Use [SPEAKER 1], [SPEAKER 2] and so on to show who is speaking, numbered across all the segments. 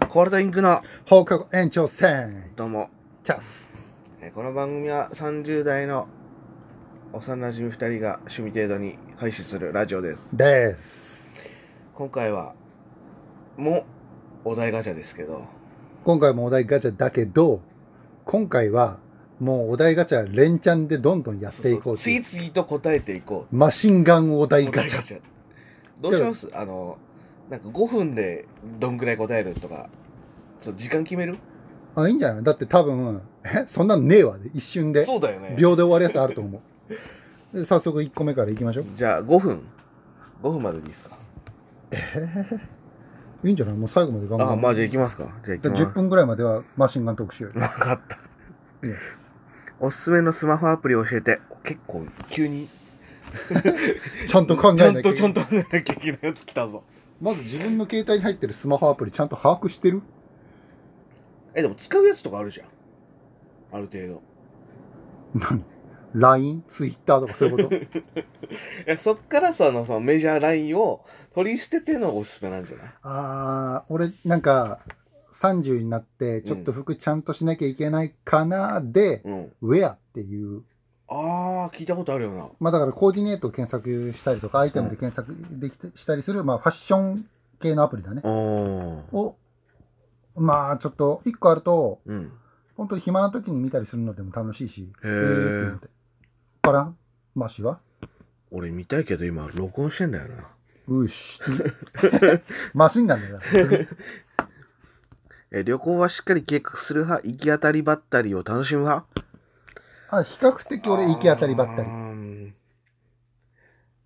[SPEAKER 1] 壊れたインクの
[SPEAKER 2] 放課後延長戦
[SPEAKER 1] どうも、
[SPEAKER 2] チャス
[SPEAKER 1] えーこの番組は30代の幼馴染み2人が趣味程度に配信するラジオです
[SPEAKER 2] です
[SPEAKER 1] 今回はもうお題ガチャですけど
[SPEAKER 2] 今回もお題ガチャだけど今回はもうお題ガチャ連チャンでどんどんやっていこうっていう
[SPEAKER 1] 次々と答えていこう
[SPEAKER 2] マシンガンお題ガチャ
[SPEAKER 1] どうしますあのなんか5分でどんくらい答えるとかそう時間決める
[SPEAKER 2] あいいんじゃないだって多分えそんなんねえわ一瞬で
[SPEAKER 1] うだよね
[SPEAKER 2] 秒で終わるやつあると思うで早速1個目からいきましょう
[SPEAKER 1] じゃあ5分5分まででいいですか
[SPEAKER 2] いいんじゃないもう最後まで頑張
[SPEAKER 1] あ
[SPEAKER 2] る
[SPEAKER 1] まあじゃあ行きますかじゃあ行きます
[SPEAKER 2] 10分ぐらいまではマシンガン特集
[SPEAKER 1] 分かった
[SPEAKER 2] いいで
[SPEAKER 1] おすすめのスマホアプリを教えて結構急に
[SPEAKER 2] ちゃんと考えなきゃいけない
[SPEAKER 1] と考えなきゃいけないやつ来たぞ
[SPEAKER 2] まず自分の携帯に入ってるスマホアプリちゃんと把握してる
[SPEAKER 1] えでも使うやつとかあるじゃんある程度
[SPEAKER 2] 何 ?LINE、Twitter とかそういうこと
[SPEAKER 1] えそっからそのそのメジャーラインを取り捨ててのおすすめなんじゃない
[SPEAKER 2] あー、俺なんか30になってちょっと服ちゃんとしなきゃいけないかなで、
[SPEAKER 1] うん
[SPEAKER 2] ウェアっていう、
[SPEAKER 1] ああ聞いたことあるよな
[SPEAKER 2] まあだからコーディネートを検索したりとかアイテムで検索できてしたりする、まあファッション系のアプリだね。
[SPEAKER 1] ああ
[SPEAKER 2] を、まあちょっと1個あると、
[SPEAKER 1] うん
[SPEAKER 2] 本当に暇な時に見たりするのでも楽しいし、
[SPEAKER 1] へ
[SPEAKER 2] えーって思
[SPEAKER 1] え
[SPEAKER 2] って。パランマシは
[SPEAKER 1] 俺見たいけど今録音してんだよな
[SPEAKER 2] うっし、 次。マシンガンだよ。次
[SPEAKER 1] え旅行はしっかり計画する派行き当たりばったりを楽しむ派
[SPEAKER 2] あ、比較的俺行き当たりばったり
[SPEAKER 1] あ。ー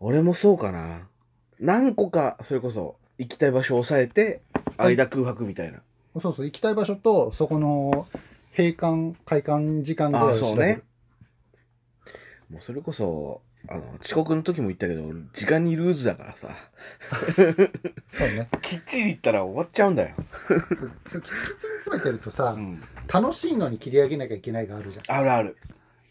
[SPEAKER 1] 俺もそうかな何個かそれこそ行きたい場所を抑えて
[SPEAKER 2] はい
[SPEAKER 1] 間空白みたいな、
[SPEAKER 2] そうそう、行きたい場所と、そこの閉館、開館時間ぐらい
[SPEAKER 1] ああ
[SPEAKER 2] を
[SPEAKER 1] そ
[SPEAKER 2] 調べ
[SPEAKER 1] う
[SPEAKER 2] る
[SPEAKER 1] ね。もうそれこそあの遅刻の時も言ったけど時間にルーズだからさ
[SPEAKER 2] そうね。
[SPEAKER 1] きっちり行ったら終わっちゃうんだよ、
[SPEAKER 2] そそうキツキツに詰めてるとさ
[SPEAKER 1] う、ん、
[SPEAKER 2] 楽しいのに切り上げなきゃいけないがあるじゃん。っ
[SPEAKER 1] あるある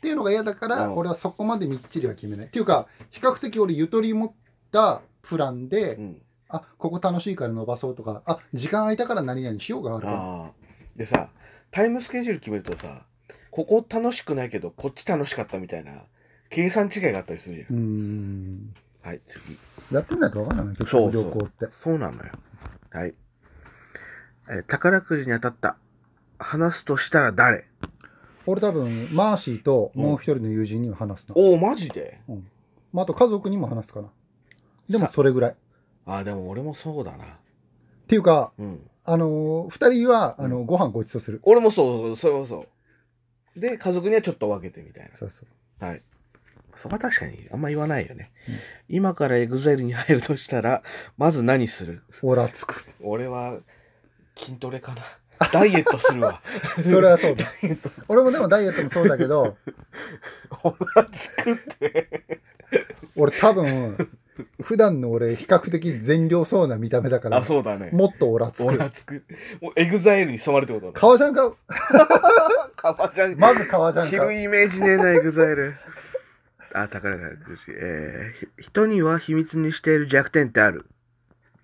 [SPEAKER 2] ていうのが嫌だか
[SPEAKER 1] う
[SPEAKER 2] ら、
[SPEAKER 1] ん
[SPEAKER 2] 俺はそこまでみっちりは決めない。っていうか、比較的俺ゆとり持ったプランで、
[SPEAKER 1] うん
[SPEAKER 2] あ、ここ楽しいから伸ばそうとか、あ、時間空いたから何々しようがあるから。
[SPEAKER 1] ああでさタイムスケジュール決めるとさここ楽しくないけどこっち楽しかったみたいな計算違いがあったりするじゃん
[SPEAKER 2] うーん。
[SPEAKER 1] はい次
[SPEAKER 2] やってみないとわかんないね、結
[SPEAKER 1] そう
[SPEAKER 2] 構
[SPEAKER 1] そう
[SPEAKER 2] 旅行って。
[SPEAKER 1] そうなのよ。はい。えー宝くじに当たった。話すとしたら誰
[SPEAKER 2] 俺多分、マーシーともう一人の友人には話すな。
[SPEAKER 1] おお、マジで
[SPEAKER 2] まあ、あと家族にも話すかな。でもそれぐらい。っ
[SPEAKER 1] あー、でも俺もそうだな。
[SPEAKER 2] ていうか、
[SPEAKER 1] うん。
[SPEAKER 2] あのー二人は、
[SPEAKER 1] うん
[SPEAKER 2] あの、ご飯ごちそうする。
[SPEAKER 1] 俺もそう、それもそう。で、家族にはちょっと分けてみたい
[SPEAKER 2] そうそう。
[SPEAKER 1] な。はい。そこは確かにあんま言わないよね。今からエグザイルに入るとしたら、まず何する
[SPEAKER 2] オラつく。
[SPEAKER 1] 俺は、筋トレかな。 ダイエットする わ。
[SPEAKER 2] それは そうだ
[SPEAKER 1] ダ。イエット
[SPEAKER 2] 俺もでもダイエットもそうだけど、
[SPEAKER 1] オラつくって。
[SPEAKER 2] 俺多分、普段の俺、比較的善良そうな見た目だから
[SPEAKER 1] あ、、そうだね。
[SPEAKER 2] もっとオラつ
[SPEAKER 1] オ
[SPEAKER 2] く
[SPEAKER 1] ラ。つく。もうエグザイルに染まるってことだ。
[SPEAKER 2] 革ジャンか、
[SPEAKER 1] 革ジャン
[SPEAKER 2] まず革 ジャン
[SPEAKER 1] 着
[SPEAKER 2] か。
[SPEAKER 1] るイメージねえな、エグザイル。 あ、宝くじ。えーひ人には秘密にしている弱点ってある。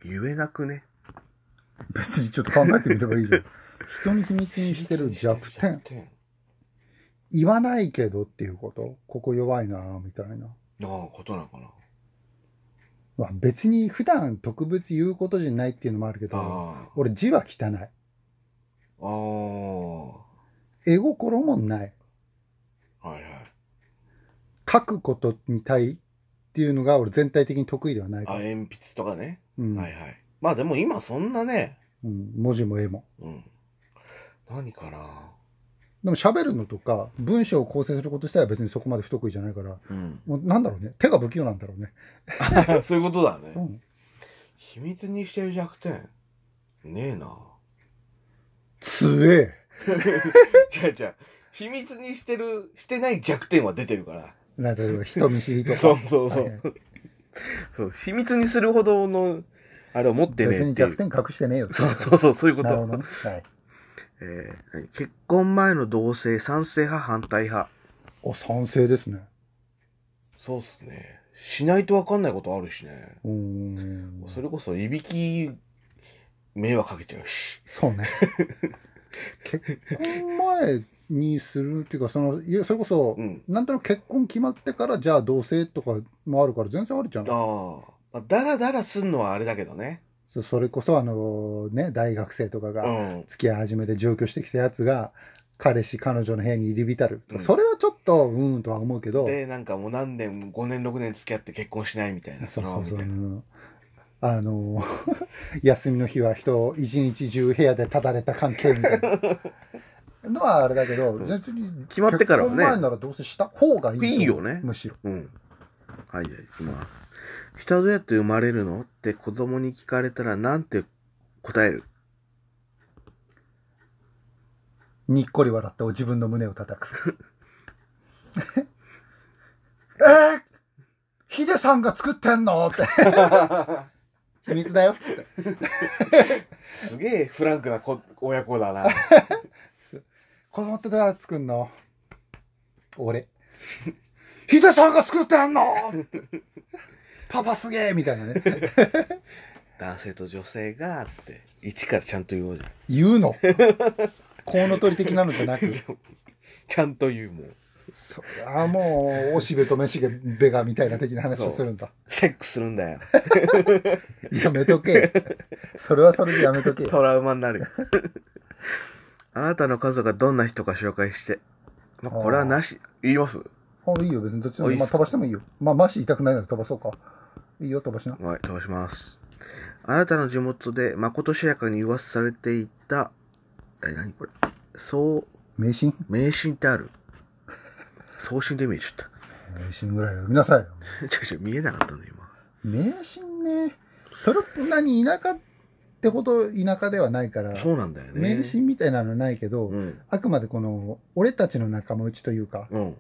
[SPEAKER 1] 言えなくね。
[SPEAKER 2] 別にちょっと考えてみればいいじゃん。 人に秘密にしてる弱点。
[SPEAKER 1] 点。
[SPEAKER 2] 言わないけどっていうこと。ここ弱いなぁみたいな。
[SPEAKER 1] なあ、ことなのかな。
[SPEAKER 2] まあ別に普段特別言うことじゃないっていうのもあるけど、
[SPEAKER 1] あ
[SPEAKER 2] 俺字は汚い。
[SPEAKER 1] あ。ああ。
[SPEAKER 2] 絵心もない。
[SPEAKER 1] はいはい。
[SPEAKER 2] 書くことに対っていうのが俺全体的に得意ではない
[SPEAKER 1] あ、
[SPEAKER 2] から。
[SPEAKER 1] 鉛筆とかね。
[SPEAKER 2] うん
[SPEAKER 1] はいはい。まあでも今そんなね。
[SPEAKER 2] うん、文字も絵も。
[SPEAKER 1] うん。何かな。
[SPEAKER 2] でも喋るのとか文章を構成すること自体は別にそこまで不得意じゃないから、
[SPEAKER 1] うん。
[SPEAKER 2] もうなんだろうね。手が不器用なんだろうね。
[SPEAKER 1] そういうことだね
[SPEAKER 2] う。ん。
[SPEAKER 1] 秘密にしてる弱点。ねえな。
[SPEAKER 2] 強え。
[SPEAKER 1] 違う違う。秘密にしてる、してない弱点は出てるから。
[SPEAKER 2] なんか例えば人見知りとか。
[SPEAKER 1] そうそうそう
[SPEAKER 2] はい
[SPEAKER 1] そう、秘密にするほどの、あれを持ってね
[SPEAKER 2] 別
[SPEAKER 1] えっ
[SPEAKER 2] に
[SPEAKER 1] ていう。
[SPEAKER 2] 弱点隠してねえよ。
[SPEAKER 1] そうそうそう、そういうこ
[SPEAKER 2] なるほ
[SPEAKER 1] と。
[SPEAKER 2] どね。はい。
[SPEAKER 1] えー何結婚前の同性、賛成派、反対派。
[SPEAKER 2] お、賛成ですね。
[SPEAKER 1] そうっすね。しないとわかんないことあるしね。
[SPEAKER 2] うーん。
[SPEAKER 1] それこそ、いびき迷惑かけちゃうし。
[SPEAKER 2] そ うね。結婚前にするっていうか、その、いや、それこそ、
[SPEAKER 1] うん。
[SPEAKER 2] なんとなく結婚決まってから、じゃあ同棲とかもあるから、全然あるじゃん。
[SPEAKER 1] ああ。まあだらだらすんのはあれだけどね。
[SPEAKER 2] そそれこそ、あの、ね、大学生とか
[SPEAKER 1] う
[SPEAKER 2] が、
[SPEAKER 1] ん。
[SPEAKER 2] 付き合い始めて上京してきたやつが、彼氏、彼女の部屋に入り浸るとか。
[SPEAKER 1] うん
[SPEAKER 2] それはちょっと、うーんとは思うけど、
[SPEAKER 1] で、なんかもう何年、5年、6年付き合って結婚しないみたいな。
[SPEAKER 2] そう
[SPEAKER 1] の
[SPEAKER 2] そ
[SPEAKER 1] み
[SPEAKER 2] うそう。う
[SPEAKER 1] たいなん
[SPEAKER 2] あの 休みの日は人を一日中部屋でただれた関係みたい なのはあれだけど、
[SPEAKER 1] ん
[SPEAKER 2] 別に
[SPEAKER 1] 決まってからはね
[SPEAKER 2] 結婚前ならどうせした方がいいと思う
[SPEAKER 1] いいよね
[SPEAKER 2] むしろ
[SPEAKER 1] うん。はい、じゃあ行きます。人はどうやって生まれるのって子供に聞かれたらなんて答える
[SPEAKER 2] にっこり笑って自分の胸を叩く えー、ヒデさんが作ってんのって秘密だよっつって
[SPEAKER 1] すげえフランクな子親子だな。
[SPEAKER 2] 子供ってどうやって作んの俺ヒデさんが作ってんのパパすげえみたいなね
[SPEAKER 1] 男性と女性がって、一からちゃんと言おうじゃん。
[SPEAKER 2] 言うのコウノトリ的なのじゃなく
[SPEAKER 1] ちゃんと言うもん。
[SPEAKER 2] そりゃもうおしべとめしべがみたいな的な話をするんだ
[SPEAKER 1] セックスするんだよ。
[SPEAKER 2] やめとけそれはそれでやめとけ
[SPEAKER 1] トラウマになるよ。 あなたの家族がどんな人か紹介して。まあ、これはなし。言います
[SPEAKER 2] あいいよ別にどっちでも
[SPEAKER 1] あいいっ
[SPEAKER 2] まあ
[SPEAKER 1] す
[SPEAKER 2] 飛ばしてもいいよまあマシ痛くないなら飛ばそうかいいよ飛ばしな
[SPEAKER 1] はい、飛ばします。あなたの地元で、まことしやかに噂されていた、え、何これそう、
[SPEAKER 2] 迷信
[SPEAKER 1] 迷信ってある送信で見えちゃっ
[SPEAKER 2] 迷信ぐらいは読みなさいよ
[SPEAKER 1] た。ちょちょ、見えなかったんだ、今。
[SPEAKER 2] 迷信ねそれ何田舎ってほど田舎ではないから
[SPEAKER 1] そうなんだよね。
[SPEAKER 2] 迷信みたいなのないけど、
[SPEAKER 1] うん。
[SPEAKER 2] あくまでこの俺たちの仲間内というか
[SPEAKER 1] うん。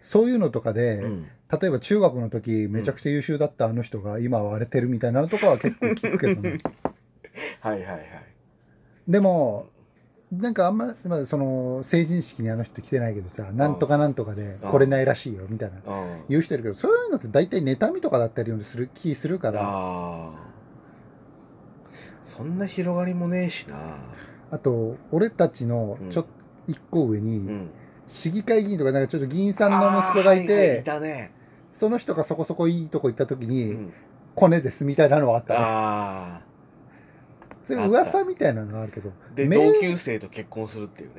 [SPEAKER 2] そういうのとかで、
[SPEAKER 1] うん。
[SPEAKER 2] 例えば中学の時めちゃくちゃ優秀だったあの人が今は荒れてるみたいなのとかは結構聞くけどね
[SPEAKER 1] はいはいはい。
[SPEAKER 2] でもなんかあんま、まあ、その成人式にあの人来てないけどさなんとかなんとかで
[SPEAKER 1] うん
[SPEAKER 2] 来れないらしいよみたいな
[SPEAKER 1] うん。
[SPEAKER 2] 言う人いるけどそういうのって大体妬みとかだったりする気するから
[SPEAKER 1] ああ。そんな広がりもねえしな。
[SPEAKER 2] あと俺たちのちょっと一個上
[SPEAKER 1] う
[SPEAKER 2] に
[SPEAKER 1] ん。
[SPEAKER 2] 市議会議員とかなんかちょっと議員さんの息子が
[SPEAKER 1] あーはい
[SPEAKER 2] い
[SPEAKER 1] はい
[SPEAKER 2] て
[SPEAKER 1] いたね。
[SPEAKER 2] その人がそこそこいいとこ行った時
[SPEAKER 1] う
[SPEAKER 2] に
[SPEAKER 1] ん。
[SPEAKER 2] コネですみたいなのはあったね
[SPEAKER 1] ああ。
[SPEAKER 2] そういう噂みたいなのはあるけど
[SPEAKER 1] で、
[SPEAKER 2] 名
[SPEAKER 1] 同級生と結婚するっていうね。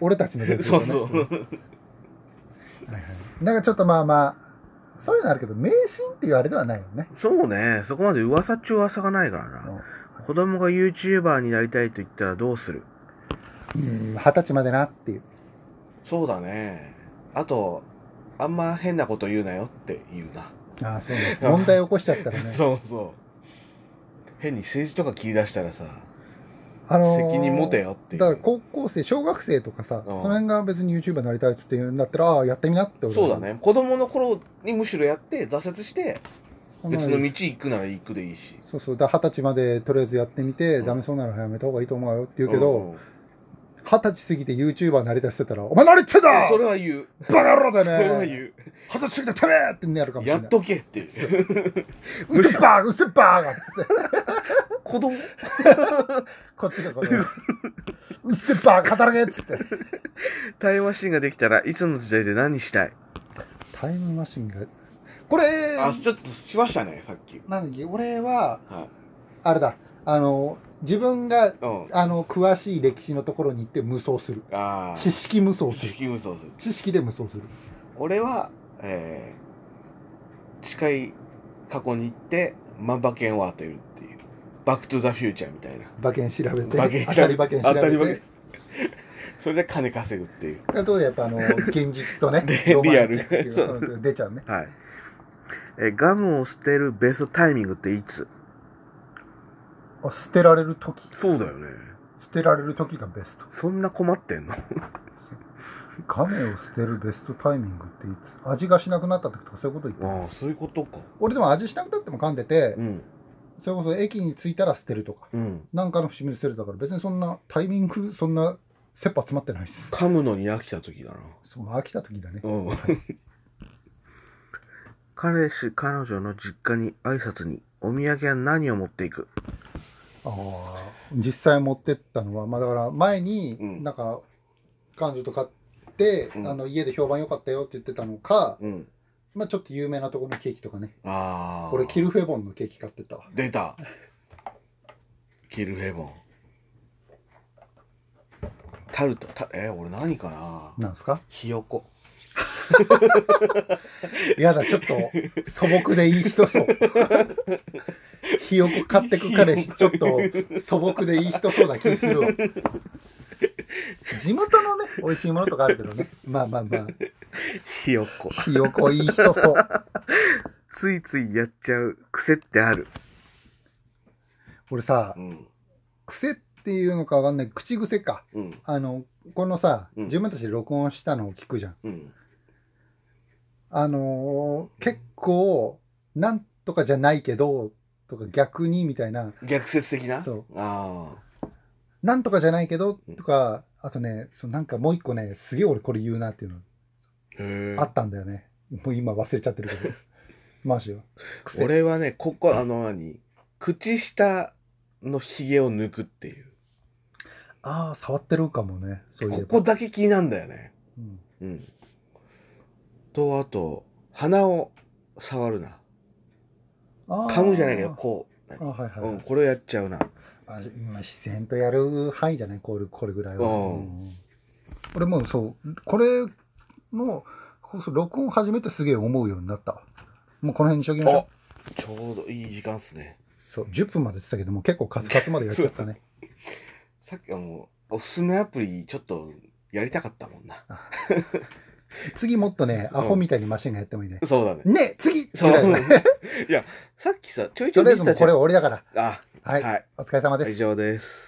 [SPEAKER 2] 俺たちの同級
[SPEAKER 1] そ
[SPEAKER 2] 生ね
[SPEAKER 1] うそう。
[SPEAKER 2] はいはい、なんかちょっとまあまあそういうのあるけど迷信っていうあれではないよね、
[SPEAKER 1] そうね。そこまで噂っちゅう噂がないからな。子供が YouTuber になりたいと言ったらどうする
[SPEAKER 2] うん、二十歳までなっていう
[SPEAKER 1] そうだね。あと、あんま変なこと言うなよって言うな。
[SPEAKER 2] ああそ うね問題起こしちゃったらね
[SPEAKER 1] そうそう。変に政治とか切り出したらさ、
[SPEAKER 2] あのー
[SPEAKER 1] 責任持てよってい
[SPEAKER 2] だ
[SPEAKER 1] う。
[SPEAKER 2] から高校生小学生とかさ、
[SPEAKER 1] ん
[SPEAKER 2] その辺が別に YouTuber になりたいって言うんだったらああやってみなって俺
[SPEAKER 1] そ
[SPEAKER 2] は
[SPEAKER 1] うだね。子供の頃にむしろやって、挫折して、
[SPEAKER 2] そんな
[SPEAKER 1] 別の道行くなら行くでいいし。
[SPEAKER 2] そうそうだから二十歳までとりあえずやってみて、
[SPEAKER 1] うん
[SPEAKER 2] ダメそうならやめた方がいいと思うよって言
[SPEAKER 1] 言
[SPEAKER 2] うけど、二十歳過ぎて YouTuber になりたいって言ったら「お前何言ってんだ
[SPEAKER 1] それは言う。
[SPEAKER 2] バカ野郎だ
[SPEAKER 1] それ
[SPEAKER 2] よ
[SPEAKER 1] は
[SPEAKER 2] ね
[SPEAKER 1] 言う。
[SPEAKER 2] 二十歳過ぎててめえ!」ってなるかもしれ
[SPEAKER 1] や
[SPEAKER 2] ない
[SPEAKER 1] っとけって いう。
[SPEAKER 2] うっせっばーうっせっばーがっつって
[SPEAKER 1] 子供
[SPEAKER 2] こっちがこの、うっせっぱ、語るげっつって。
[SPEAKER 1] タイムマシンができたらいつの時代で何したい
[SPEAKER 2] タイムマシンが、これ、
[SPEAKER 1] あ、ちょっとしましたね、さっき。
[SPEAKER 2] なんだっけ、俺は、
[SPEAKER 1] はい。
[SPEAKER 2] あれだ、あの、自分が、
[SPEAKER 1] うん。
[SPEAKER 2] あの、詳しい歴史のところに行って無双する。
[SPEAKER 1] ああ。
[SPEAKER 2] 知識無双す
[SPEAKER 1] 知
[SPEAKER 2] る。
[SPEAKER 1] 識無双する。
[SPEAKER 2] 知識で無双する。
[SPEAKER 1] 俺は、えー、近い過去に行って、万馬券を当てるっていう。バックトゥザフューチャーみたいな。
[SPEAKER 2] 馬券調べて、
[SPEAKER 1] 馬券調べ
[SPEAKER 2] 当たり馬券調
[SPEAKER 1] 当たり馬
[SPEAKER 2] べ
[SPEAKER 1] 券
[SPEAKER 2] て。
[SPEAKER 1] それで金稼ぐっていう。
[SPEAKER 2] あとや っぱあの、現実とね
[SPEAKER 1] で、
[SPEAKER 2] ロマンチックっていう
[SPEAKER 1] リア
[SPEAKER 2] か
[SPEAKER 1] ル
[SPEAKER 2] その出ちゃうね。
[SPEAKER 1] はい。え、ガムを捨てるベストタイミングっていつ
[SPEAKER 2] あ捨てられる時
[SPEAKER 1] そうだよね。
[SPEAKER 2] 捨てられる時がベスト。
[SPEAKER 1] そんな困ってんの
[SPEAKER 2] ガメを捨てるベストタイミングっていつ味がしなくなった時とかそういうこと言ってる
[SPEAKER 1] ああ、そういうことか。
[SPEAKER 2] 俺でも味しなくなっても噛んでて、
[SPEAKER 1] うん。
[SPEAKER 2] それこそ駅に着いたら捨てるとか、
[SPEAKER 1] うん。
[SPEAKER 2] なんかの節目で捨てるだから、別にそんなタイミング、そんな切羽詰まってないっす。
[SPEAKER 1] 噛むのに飽きた時だな。
[SPEAKER 2] そう、飽きた時だね。
[SPEAKER 1] うん。 彼氏、彼女の実家に挨拶に、お土産は何を持っていく
[SPEAKER 2] ああ実際持ってったのは、まあ、だから前に
[SPEAKER 1] うん
[SPEAKER 2] なんか彼女と買って、
[SPEAKER 1] うん
[SPEAKER 2] あの家で評判良かったよって言ってたのか、
[SPEAKER 1] うん。
[SPEAKER 2] まあ、ちょっと有名なところのケーキとかね
[SPEAKER 1] ああ。
[SPEAKER 2] 俺キルフェボンのケーキ買ってったわ
[SPEAKER 1] 出た。キルヘボン。タルト、たえ俺何かな
[SPEAKER 2] なんですか
[SPEAKER 1] ひよこ。
[SPEAKER 2] やだちょっと素朴でいい人そうひよこ買ってく彼氏ちょっと素朴でいい人そうな気するわ地元のね美味しいものとかあるけどねまあまあまあ
[SPEAKER 1] ひよこ。
[SPEAKER 2] ひよこいい人そう
[SPEAKER 1] ついついやっちゃう癖ってある。
[SPEAKER 2] 俺さ
[SPEAKER 1] うん。
[SPEAKER 2] 癖っていうのかわかんない口癖か
[SPEAKER 1] うん。
[SPEAKER 2] あの、このさ、
[SPEAKER 1] うん
[SPEAKER 2] 自分たちで録音したのを聞くじゃん。
[SPEAKER 1] うん。
[SPEAKER 2] あのー結構、なんとかじゃないけど、とか逆にみたいな、
[SPEAKER 1] 逆説的な。
[SPEAKER 2] そう
[SPEAKER 1] あ
[SPEAKER 2] なんとかじゃないけど
[SPEAKER 1] うん、
[SPEAKER 2] とか、あとね、そうなんかもう一個ね、すげえ俺これ言うなっていうの
[SPEAKER 1] あ。へえ
[SPEAKER 2] あ。ったんだよね。もう今忘れちゃってる けど。マジよ。癖
[SPEAKER 1] 俺はね、ここ、あの、何口下のひげを抜くっていう。
[SPEAKER 2] ああ、触ってるかもね。そういえ
[SPEAKER 1] こ
[SPEAKER 2] ば。
[SPEAKER 1] こだけ気になんだよね。
[SPEAKER 2] うん
[SPEAKER 1] うん。と、あと、鼻を触るな。
[SPEAKER 2] あー
[SPEAKER 1] 噛むじゃないけど、こう。
[SPEAKER 2] あはいはい、
[SPEAKER 1] うん、これをやっちゃうな。
[SPEAKER 2] あれまあ自然とやる範囲じゃないこれこれぐらいは、
[SPEAKER 1] うん
[SPEAKER 2] うん俺もうそうこれもこう録音始めてすげえ思うようになったもうこの辺にしときましょう
[SPEAKER 1] おちょうどいい時間っすね。
[SPEAKER 2] そう10分まで言ってたけどもう結構カツカツまでやっちゃっ たね
[SPEAKER 1] さっきあの、おすすめアプリ、ちょっとやりたかったもんな。
[SPEAKER 2] あ次もっとねアホみたいにマシンがやってもいいね、
[SPEAKER 1] そうだね。
[SPEAKER 2] ねえ次
[SPEAKER 1] そう
[SPEAKER 2] ぐらい の
[SPEAKER 1] いや、さっきさ、ちょいちょ
[SPEAKER 2] と
[SPEAKER 1] い
[SPEAKER 2] りあえ
[SPEAKER 1] 見
[SPEAKER 2] ず
[SPEAKER 1] て
[SPEAKER 2] も
[SPEAKER 1] た
[SPEAKER 2] う
[SPEAKER 1] じ
[SPEAKER 2] こ
[SPEAKER 1] ゃ
[SPEAKER 2] れ
[SPEAKER 1] ん。
[SPEAKER 2] 俺だから
[SPEAKER 1] あ、
[SPEAKER 2] はい、
[SPEAKER 1] はい。
[SPEAKER 2] お疲れ様です
[SPEAKER 1] 以上です。